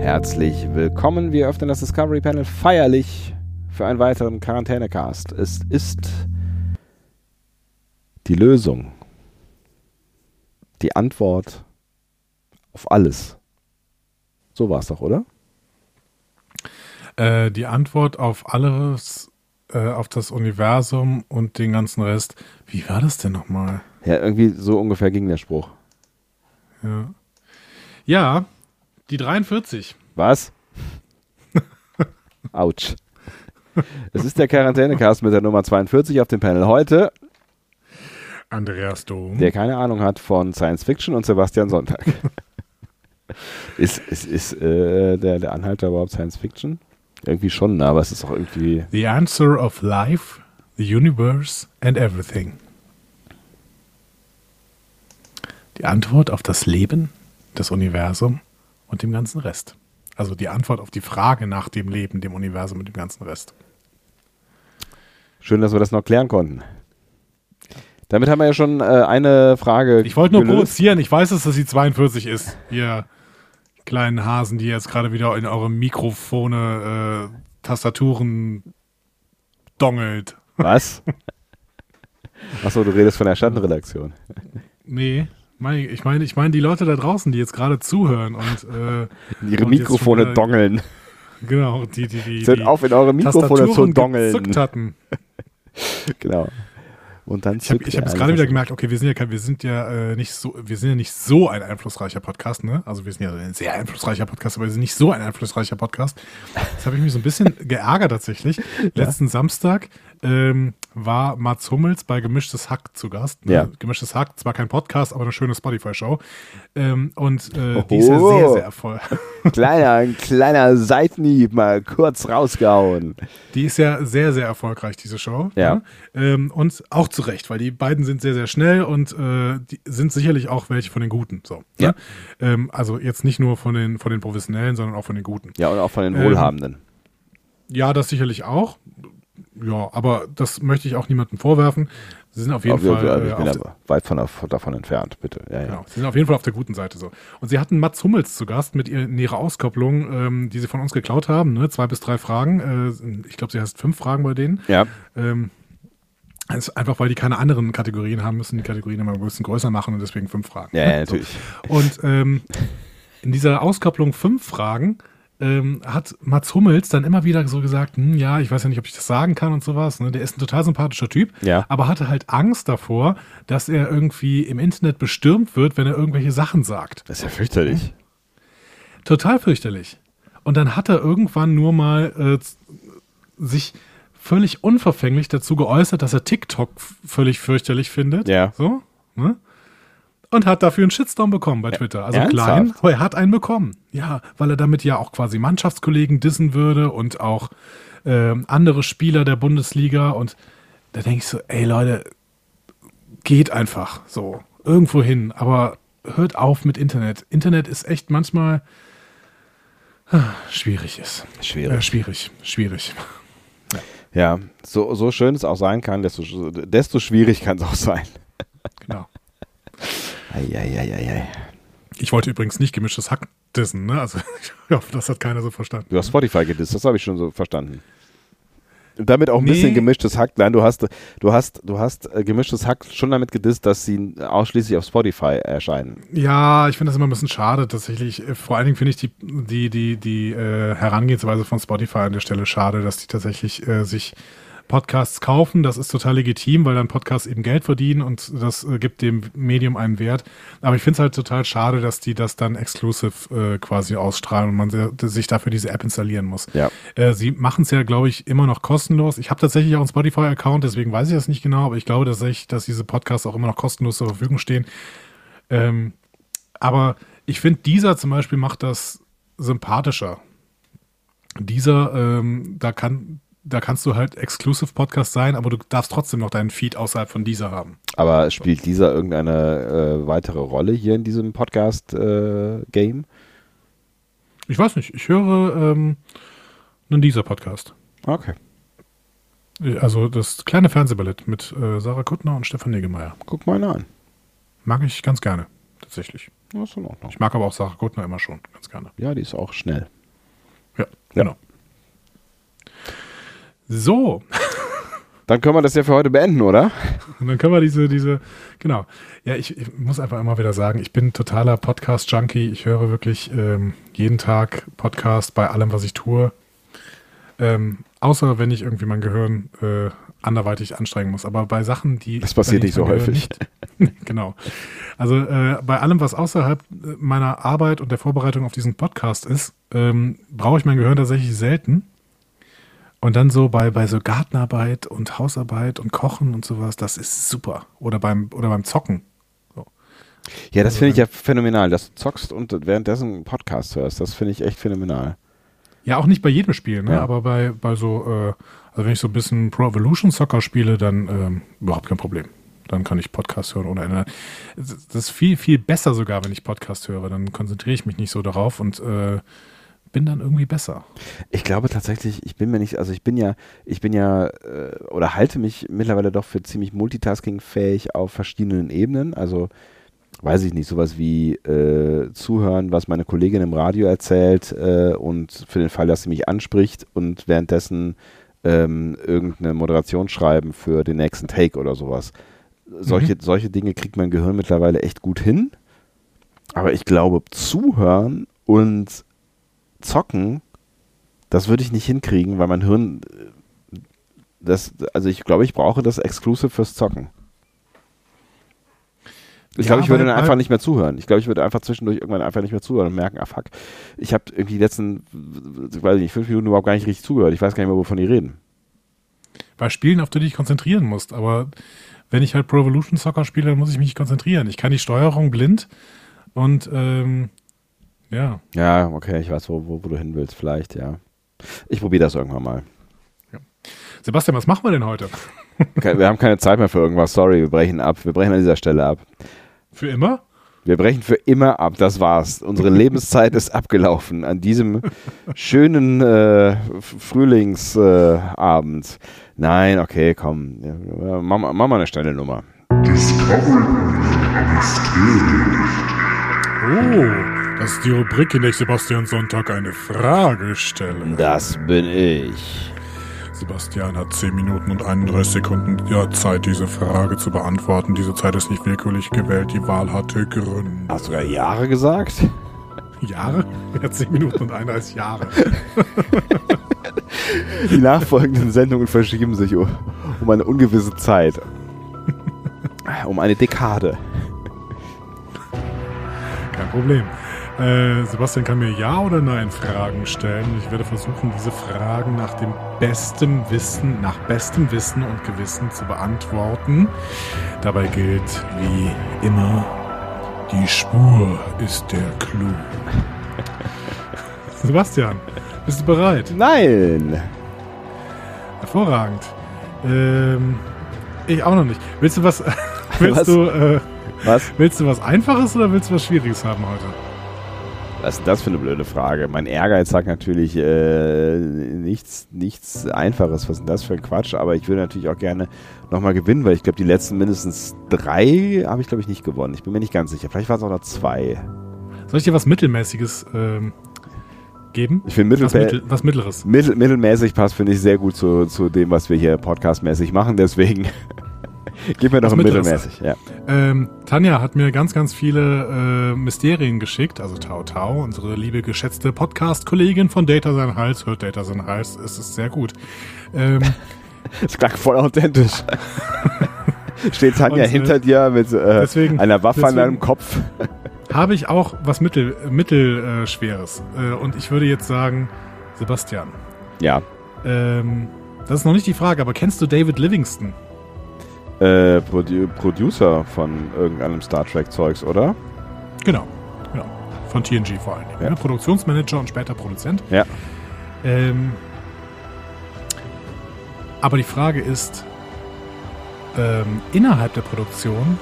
Herzlich willkommen. Wir öffnen das Discovery Panel feierlich für einen weiteren Quarantänecast. Es ist die Lösung, die Antwort auf alles. So war es doch, oder? Äh, die Antwort auf alles, äh, auf das Universum und den ganzen Rest. Wie war das denn nochmal? Ja, irgendwie so ungefähr ging der Spruch. Ja. ja, die 43. Was? Autsch. Es ist der Quarantänecast mit der Nummer 42 auf dem Panel heute, Andreas Dom. der keine Ahnung hat von Science Fiction und Sebastian Sonntag. ist ist, ist äh, der, der Anhalter überhaupt Science Fiction? Irgendwie schon, ne, aber es ist auch irgendwie. The answer of life, the universe and everything. Die Antwort auf das Leben, das Universum und dem ganzen Rest. Also die Antwort auf die Frage nach dem Leben, dem Universum und dem ganzen Rest. Schön, dass wir das noch klären konnten. Damit haben wir ja schon äh, eine Frage. Ich wollte nur gelöst. provozieren. Ich weiß, dass das die 42 ist. Ihr kleinen Hasen, die jetzt gerade wieder in eure Mikrofone, äh, Tastaturen dongelt. Was? Achso, du redest von der Schattenredaktion. Nee, mein, ich meine ich meine die Leute da draußen, die jetzt gerade zuhören und äh, Ihre und jetzt Mikrofone schon wieder- dongeln. Genau, die, die, die, Hört die auf, in eure Mikrofone zu Tastaturen dongeln. gezückt hatten. Genau. Und dann Ich habe ich hab jetzt gerade wieder gemerkt, okay, wir sind ja kein, wir sind ja äh, nicht so, wir sind ja nicht so ein einflussreicher Podcast, ne? Also wir sind ja ein sehr einflussreicher Podcast, aber wir sind nicht so ein einflussreicher Podcast. Das habe ich mich so ein bisschen geärgert tatsächlich. Letzten Samstag ähm, war Mats Hummels bei Gemischtes Hack zu Gast. Ne? Ja. Gemischtes Hack, zwar kein Podcast, aber eine schöne Spotify-Show. Ähm, und äh, die ist ja sehr, Oho. sehr erfolgreich. Kleiner, ein kleiner Seitenhieb, mal kurz rausgehauen. Die ist ja sehr, sehr erfolgreich, diese Show. Ja. ne? Ähm, und auch zu Recht, weil die beiden sind sehr, sehr schnell und äh, die sind sicherlich auch welche von den Guten. So, Ja. ne? ähm, also jetzt nicht nur von den, von den Professionellen, sondern auch von den Guten. Ja, und auch von den Ähm, Wohlhabenden. Ja, das sicherlich auch. Ja, aber das möchte ich auch niemandem vorwerfen. Sie sind auf jeden Obwohl, Fall äh, also ich auf bin der- aber weit von, der- davon entfernt, bitte. Ja, ja. Genau. Sie sind auf jeden Fall auf der guten Seite so. Und sie hatten Mats Hummels zu Gast mit ihr, in ihrer Auskopplung, ähm, die sie von uns geklaut haben. Ne? Zwei bis drei Fragen. Äh, ich glaube, sie heißt fünf Fragen bei denen. Ja. Ähm, das ist einfach, weil die keine anderen Kategorien haben, müssen die Kategorien immer ein bisschen größer machen und deswegen fünf Fragen. ne? Ja, ja, natürlich. Und ähm, in dieser Auskopplung fünf Fragen ähm, hat Mats Hummels dann immer wieder so gesagt, hm, ja, ich weiß ja nicht, ob ich das sagen kann und sowas. Ne? Der ist ein total sympathischer Typ, Ja. aber hatte halt Angst davor, dass er irgendwie im Internet bestürmt wird, wenn er irgendwelche Sachen sagt. Das ist ja fürchterlich. Total fürchterlich. Und dann hat er irgendwann nur mal äh, z- sich völlig unverfänglich dazu geäußert, dass er TikTok f- völlig fürchterlich findet. Ja. So. Ne? Und hat dafür einen Shitstorm bekommen bei Twitter. Also klein, Ernsthaft? aber er hat einen bekommen. Ja, weil er damit ja auch quasi Mannschaftskollegen dissen würde und auch ähm, andere Spieler der Bundesliga. Und da denke ich so, ey Leute, geht einfach so irgendwo hin, aber hört auf mit Internet. Internet ist echt manchmal ah, schwierig ist. Äh, Schwierig. schwierig, schwierig. Ja, so, so schön es auch sein kann, desto, desto schwierig kann es auch sein. Genau. Eieieiei. Ich wollte übrigens nicht gemischtes Hack dissen, ne? Also ich hoffe, das hat keiner so verstanden. Du hast Spotify gedisst, das habe ich schon so verstanden. Und damit auch ein Nee. bisschen gemischtes Hack. Nein, du hast, du hast, du hast äh, gemischtes Hack schon damit gedisst, dass sie ausschließlich auf Spotify erscheinen. Ja, ich finde das immer ein bisschen schade tatsächlich. Äh, Vor allen Dingen finde ich die, die, die, die äh, Herangehensweise von Spotify an der Stelle schade, dass die tatsächlich äh, sich Podcasts kaufen. Das ist total legitim, weil dann Podcasts eben Geld verdienen und das äh, gibt dem Medium einen Wert. Aber ich finde es halt total schade, dass die das dann exclusive äh, quasi ausstrahlen und man se- sich dafür diese App installieren muss. Ja. Äh, sie machen es ja, glaube ich, immer noch kostenlos. Ich habe tatsächlich auch einen Spotify-Account, deswegen weiß ich das nicht genau, aber ich glaube tatsächlich, dass diese Podcasts auch immer noch kostenlos zur Verfügung stehen. Ähm, aber ich finde, dieser zum Beispiel macht das sympathischer. Dieser, ähm, da, kann, da kannst du halt Exclusive Podcast sein, aber du darfst trotzdem noch deinen Feed außerhalb von dieser haben. Aber spielt dieser irgendeine äh, weitere Rolle hier in diesem äh, Podcast-Game? Ich weiß nicht, ich höre ähm, einen dieser Podcast. okay, Also das kleine Fernsehballett mit äh, Sarah Kuttner und Stefan Negemeyer. guck mal einer an. Mag ich ganz gerne, tatsächlich. Ja, ist in Ordnung. Ich mag aber auch Sarah Kuttner immer schon, ganz gerne. Ja, die ist auch schnell. Ja, genau. So, Dann können wir das ja für heute beenden, oder? und dann können wir diese, diese, genau. Ja, ich, ich muss einfach immer wieder sagen, ich bin totaler Podcast-Junkie. Ich höre wirklich ähm, jeden Tag Podcast bei allem, was ich tue. Ähm, außer wenn ich irgendwie mein Gehirn äh, anderweitig anstrengen muss. Aber bei Sachen, die. Das passiert wenn nicht ich so mein Gehirn häufig. nicht- genau. Also äh, bei allem, was außerhalb äh, meiner Arbeit und der Vorbereitung auf diesen Podcast ist, ähm, brauche ich mein Gehirn tatsächlich selten. Und dann so bei, bei so Gartenarbeit und Hausarbeit und Kochen und sowas, das ist super. Oder beim, oder beim Zocken. Ja, das finde ich ja phänomenal, dass du zockst und währenddessen einen Podcast hörst. Das finde ich echt phänomenal. Ja, auch nicht bei jedem Spiel, ne? Ja. aber bei, bei so, äh, also wenn ich so ein bisschen Pro Evolution Soccer spiele, dann ähm, überhaupt kein Problem. Dann kann ich Podcast hören ohne Ende. Das das ist viel, viel besser sogar, wenn ich Podcast höre. Dann konzentriere ich mich nicht so darauf und äh, bin dann irgendwie besser. Ich glaube tatsächlich, ich bin mir nicht, also ich bin ja, ich bin ja äh, oder halte mich mittlerweile doch für ziemlich multitaskingfähig auf verschiedenen Ebenen. Also weiß ich nicht, sowas wie äh, zuhören, was meine Kollegin im Radio erzählt äh, und für den Fall, dass sie mich anspricht und währenddessen ähm, irgendeine Moderation schreiben für den nächsten Take oder sowas. Solche, solche Dinge kriegt mein Gehirn mittlerweile echt gut hin. Aber ich glaube, zuhören und zocken, das würde ich nicht hinkriegen, weil mein Hirn äh, das, also ich glaube, ich brauche das Exclusive fürs Zocken. Ich Ja, glaube, ich würde weil- dann einfach weil- nicht mehr zuhören. Ich glaube, ich würde einfach zwischendurch irgendwann einfach nicht mehr zuhören und merken, ah fuck, ich habe irgendwie die letzten, äh, weiß ich nicht, fünf Minuten überhaupt gar nicht richtig zugehört. Ich weiß gar nicht mehr, wovon die reden. Bei Spielen, auf die du dich konzentrieren musst. Aber wenn ich halt Pro Evolution Soccer spiele, dann muss ich mich konzentrieren. Ich kann die Steuerung blind und ähm, ja. Ja, okay, ich weiß, wo, wo, wo du hin willst, vielleicht, ja. Ich probiere das irgendwann mal. Sebastian, was machen wir denn heute? Ke- Wir haben keine Zeit mehr für irgendwas, sorry, wir brechen ab. Wir brechen an dieser Stelle ab. Für immer? Wir brechen für immer ab, das war's. Unsere Lebenszeit ist abgelaufen an diesem schönen äh, Frühlingsabend. Äh, Abend. Nein, okay, komm. Ja, mach, mal- mach mal eine schnelle Nummer. Oh, das ist die Rubrik, in der ich Sebastian Sonntag eine Frage stelle. Das bin ich. Sebastian hat 10 Minuten und 31 Sekunden ja, Zeit, diese Frage zu beantworten. Diese Zeit ist nicht willkürlich gewählt. Die Wahl hatte Gründe. Hast du sogar Jahre gesagt? Jahre? Ja, 10 Minuten und 31 Jahre. Die nachfolgenden Sendungen verschieben sich um, um eine ungewisse Zeit. Um eine Dekade. Kein Problem. Äh, Sebastian kann mir Ja oder Nein Fragen stellen. und Ich werde versuchen, diese Fragen nach dem besten Wissen, nach bestem Wissen und Gewissen zu beantworten. Dabei gilt wie immer, die Spur ist der Clou. Sebastian, bist du bereit? Nein! Hervorragend. Ähm, ich auch noch nicht. Willst du was, willst Was? du, äh, Was? willst du was Einfaches oder willst du was Schwieriges haben heute? Was ist das für eine blöde Frage? Mein Ehrgeiz sagt natürlich äh, nichts, nichts Einfaches. Was ist denn das für ein Quatsch? Aber ich würde natürlich auch gerne nochmal gewinnen, weil ich glaube, die letzten mindestens drei habe ich, glaube ich, nicht gewonnen. Ich bin mir nicht ganz sicher. Vielleicht waren es auch noch zwei. Soll ich dir was Mittelmäßiges ähm, geben? Ich finde, was, Mittelbe- Mittel, was Mittleres. mittel, mittelmäßig passt, finde ich, sehr gut zu, zu dem, was wir hier podcastmäßig machen. Deswegen gib mir doch Was ein Mittleres. mittelmäßig. Ja. Ähm, Tanja hat mir ganz, ganz viele äh, Mysterien geschickt. Also Tau Tau, unsere liebe, geschätzte Podcast-Kollegin von Data Sein Hals, hört Data Sein Hals, es ist sehr gut. Ähm, Das klang voll authentisch. Steht Tanja Und, äh, hinter dir mit äh, deswegen- einer Waffe an deswegen- deinem Kopf. habe ich auch was Mittel, Mittelschweres. Äh, Schweres. äh, und ich würde jetzt sagen, Sebastian, Ja. ähm, das ist noch nicht die Frage, aber kennst du David Livingston? äh, Produ Producer von irgendeinem Star Trek Zeugs, oder? Genau. genau. Von TNG vor allen Dingen. Ja. Ne? Produktionsmanager und später Produzent. Ja. Ähm, aber die Frage ist, ähm, innerhalb der Produktion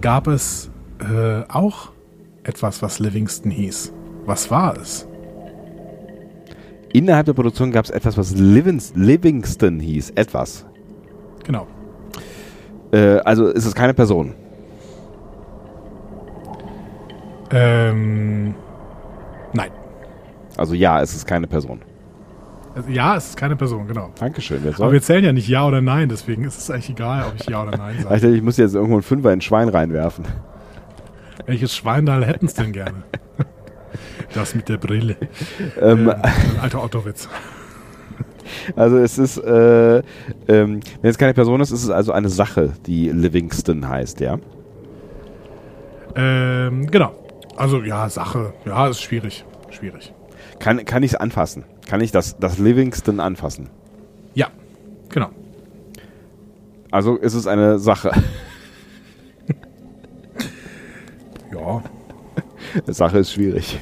gab es äh, auch etwas, was Livingston hieß. Was war es? Innerhalb der Produktion gab es etwas, was Livins, Livingston hieß. Etwas. Genau. Äh, also ist es keine Person. Ähm, nein. Also ja, es ist keine Person. Also, ja, es ist keine Person, genau. Dankeschön. Wer Aber soll? wir zählen ja nicht Ja oder Nein, deswegen ist es eigentlich egal, ob ich Ja oder Nein Ich sage. dachte, ich muss jetzt irgendwo einen Fünfer in ein Schwein reinwerfen. Welches Schweindal hätten es denn gerne? Das mit der Brille. Ähm, Ein alter Otto-Witz. also es ist, äh, ähm, wenn es keine Person ist, ist es also eine Sache, die Livingston heißt, ja? Ähm, genau. Also ja, Sache. Ja, ist schwierig. Schwierig. Kann, kann ich es anfassen? Kann ich das, das Livingston anfassen? Ja, genau. Also ist es eine Sache. Ja, Sache ist schwierig.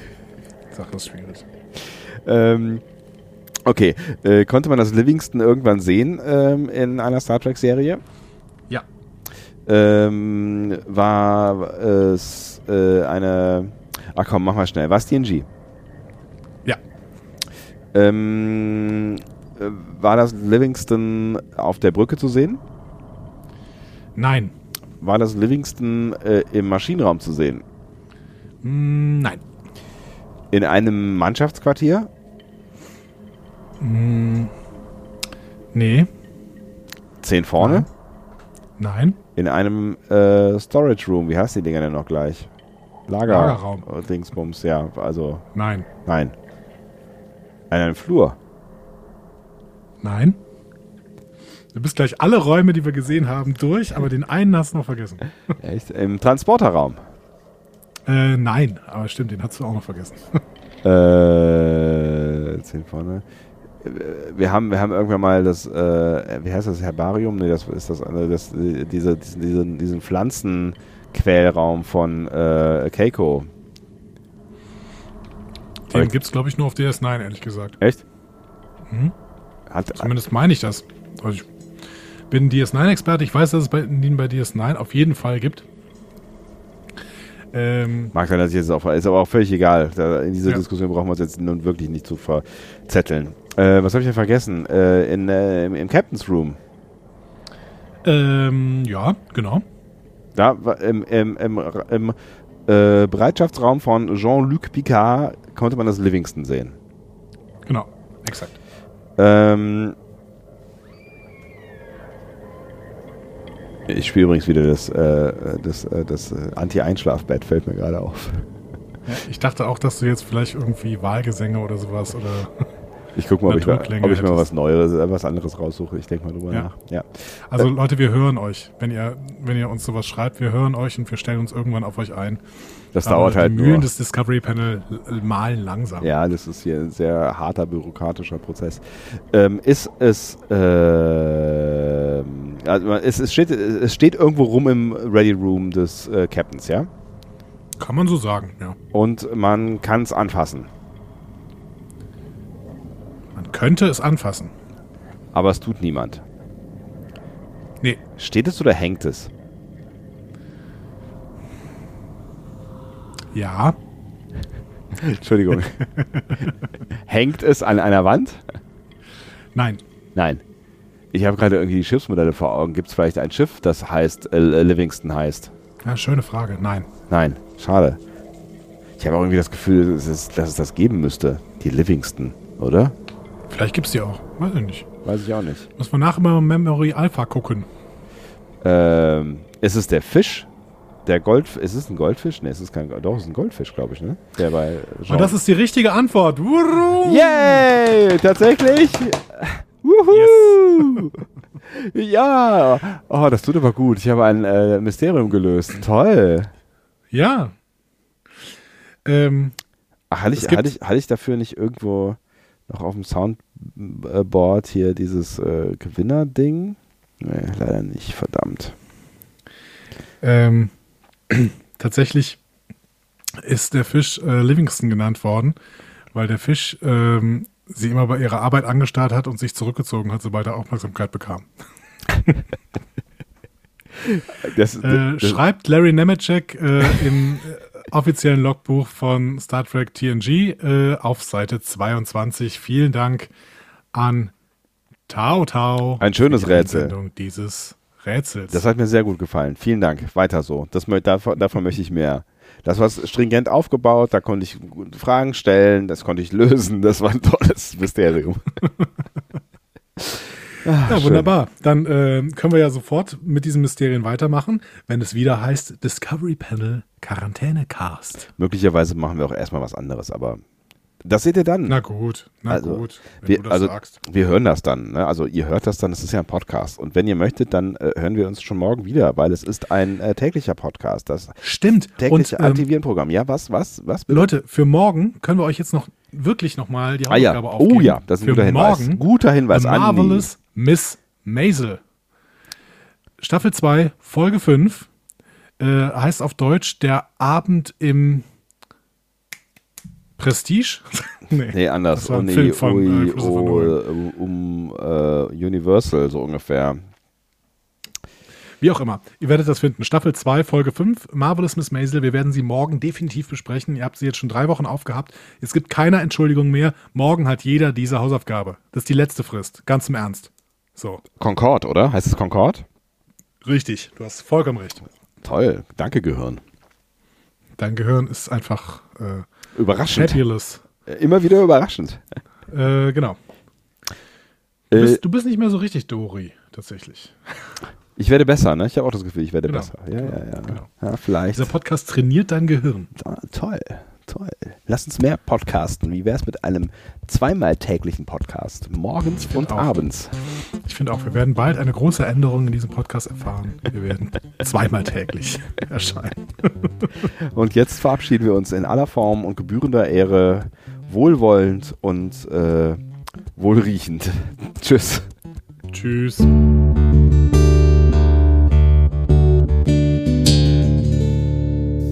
Sache ist schwierig. Ähm, okay, äh, konnte man das Livingston irgendwann sehen ähm, in einer Star Trek-Serie? Ja. Ähm, war es äh, eine... Ach komm, mach mal schnell. War es TNG? Ja. Ähm, äh, war das Livingston auf der Brücke zu sehen? Nein. War das Livingston äh, im Maschinenraum zu sehen? Mm, nein. In einem Mannschaftsquartier? Nee. Zehn vorne? Nein. Nein. In einem äh, Storage Room. Wie heißt die Dinger denn noch gleich? Lager. Lagerraum. äh, Dingsbums, ja. Also, Nein. nein. In einem Flur. Nein. Du bist gleich alle Räume, die wir gesehen haben, durch, aber den einen hast du noch vergessen. Echt? Im Transporterraum. Äh, nein, aber stimmt, den hast du auch noch vergessen. Äh, zehn vorne. Äh, Wir haben, wir haben irgendwann mal das, äh, wie heißt das, Herbarium? Nee, das ist das, andere, das äh, diese, diesen, diesen, diesen Pflanzenquälraum von äh, Keiko. Den gibt's, glaube ich, nur auf DS9, ehrlich gesagt. Echt? Mhm. Hat, Zumindest meine ich das. Also ich bin DS9-Experte. Ich weiß, dass es bei, den bei DS9 auf jeden Fall gibt. Ähm, Mag sein, dass ich jetzt auch. Ist aber auch völlig egal. Da, in dieser Ja. Diskussion brauchen wir uns jetzt nun wirklich nicht zu verzetteln. Äh, was habe ich denn vergessen? Äh, in, äh, im, Im Captain's Room. ähm, ja, genau. Da war- im, im, im, im äh, Bereitschaftsraum von Jean-Luc Picard konnte man das Livingston sehen. Genau. Exakt. Ähm ich spiele übrigens wieder das, äh, das, äh, das äh, Anti-Einschlafbett, fällt mir gerade auf. Ja, ich dachte auch, dass du jetzt vielleicht irgendwie Wahlgesänge oder sowas oder. Ich gucke mal, ob ich, mal- Naturklänge ob ich mal hättest. was Neues, äh, was anderes raussuche. Ich denke mal drüber Ja. nach. Ja. Also Leute, wir hören euch. Wenn ihr, wenn ihr uns sowas schreibt, wir hören euch und wir stellen uns irgendwann auf euch ein. Das Aber dauert halt Die Mühen nur. des Discovery Panel l- malen langsam. Ja, das ist hier ein sehr harter bürokratischer Prozess. Ähm, ist es, ähm, also man- es, es, steht, es steht irgendwo rum im Ready Room des äh, Captains, ja? Kann man so sagen, ja. Und man kann es anfassen. Man könnte es anfassen. Aber es tut niemand. Nee, Steht es oder hängt es? ja, Entschuldigung. hängt es an einer Wand? nein. Nein. Ich habe gerade irgendwie die Schiffsmodelle vor Augen. Gibt es vielleicht ein Schiff, das heißt äh, Livingston heißt? Ja, schöne Frage. Nein. Nein, schade. Ich habe auch irgendwie das Gefühl, dass es, dass es das geben müsste. Die Livingston, oder? Vielleicht gibt's die auch. Weiß ich nicht. Weiß ich auch nicht. Muss man nachher mal Memory Alpha gucken. Ähm, ist es der Fisch? Der Gold, ist es ein Goldfisch? Ne, es ist kein Gold. Doch, es ist ein Goldfisch, glaube ich, ne? Der bei Jean. Und das ist die richtige Antwort. Wuru! Yay! Tatsächlich! Wuhu! ja! Oh, das tut aber gut. Ich habe ein äh, Mysterium gelöst. Toll! Ja. Ähm, Ach, hatte Es ich, gibt- hatte, ich, hatte ich dafür nicht irgendwo noch auf dem Soundboard hier dieses äh, Gewinner-Ding? Nee, leider nicht, verdammt. ähm, tatsächlich ist der Fisch äh, Livingston genannt worden, weil der Fisch ähm, sie immer bei ihrer Arbeit angestarrt hat und sich zurückgezogen hat, sobald er Aufmerksamkeit bekam. Das, Äh, das, das, schreibt Larry Nemeczek äh, im äh, offiziellen Logbuch von Star Trek TNG äh, auf Seite 22. Vielen Dank an Tao Tao. Ein schönes für die Rätsel. Einsendung Dieses Rätsels. das hat mir sehr gut gefallen. Vielen Dank. Weiter so. Das, mö- davon, davon möchte ich mehr. Das war stringent aufgebaut, da konnte ich gute Fragen stellen, das konnte ich lösen. Das war ein tolles Mysterium. ja, schön. wunderbar. Dann äh, können wir ja sofort mit diesen Mysterien weitermachen, wenn es wieder heißt Discovery Panel Quarantäne Cast. Möglicherweise machen wir auch erstmal was anderes, aber das seht ihr dann. Na gut, Hm. na Also, gut, wenn wir, du das also, sagst. wir hören das dann. Ne? Also ihr hört das dann, es ist ja ein Podcast. Und wenn ihr möchtet, dann äh, hören wir uns schon morgen wieder, weil es ist ein äh, täglicher Podcast. Das Stimmt. tägliche ähm, Aktivieren-Programm. Ja, was, was, was? Leute, für morgen können wir euch jetzt noch wirklich nochmal die Ah ja, Hausaufgabe aufgeben. oh ja, das ist ein für guter Hinweis. morgen guter Hinweis. The Andi. Marvelous Miss Maisel. Staffel 2, Folge 5, äh, heißt auf Deutsch Der Abend im Prestige. nee. Nee, anders. Das war ein oh, nee, Film von, ui, äh, Christopher oh, Nolan. um äh, Universal so ungefähr. Wie auch immer. Ihr werdet das finden. Staffel 2, Folge 5, Marvelous Miss Maisel. Wir werden sie morgen definitiv besprechen. Ihr habt sie jetzt schon drei Wochen aufgehabt. Es gibt keine Entschuldigung mehr. Morgen hat jeder diese Hausaufgabe. Das ist die letzte Frist. Ganz im Ernst. So. Concord, oder? Heißt es Concord? Richtig. Du hast vollkommen recht. Toll. Danke, Gehirn. Dein Gehirn ist einfach äh, Überraschend. fabulous. Äh, Immer wieder überraschend. Äh, genau. Du Äh, bist, du bist nicht mehr so richtig Dori, tatsächlich. ich werde besser, ne? Ich habe auch das Gefühl, ich werde Genau, besser. Ja, ja, ja. genau. ja vielleicht. Dieser Podcast trainiert dein Gehirn. Ah, toll, toll. Lass uns mehr podcasten. Wie wär's mit einem zweimal täglichen Podcast? Morgens und auch. abends. Ich finde auch, wir werden bald eine große Änderung in diesem Podcast erfahren. Wir werden zweimal täglich erscheinen. Und jetzt verabschieden wir uns in aller Form und gebührender Ehre, wohlwollend und äh, wohlriechend. Tschüss. Tschüss.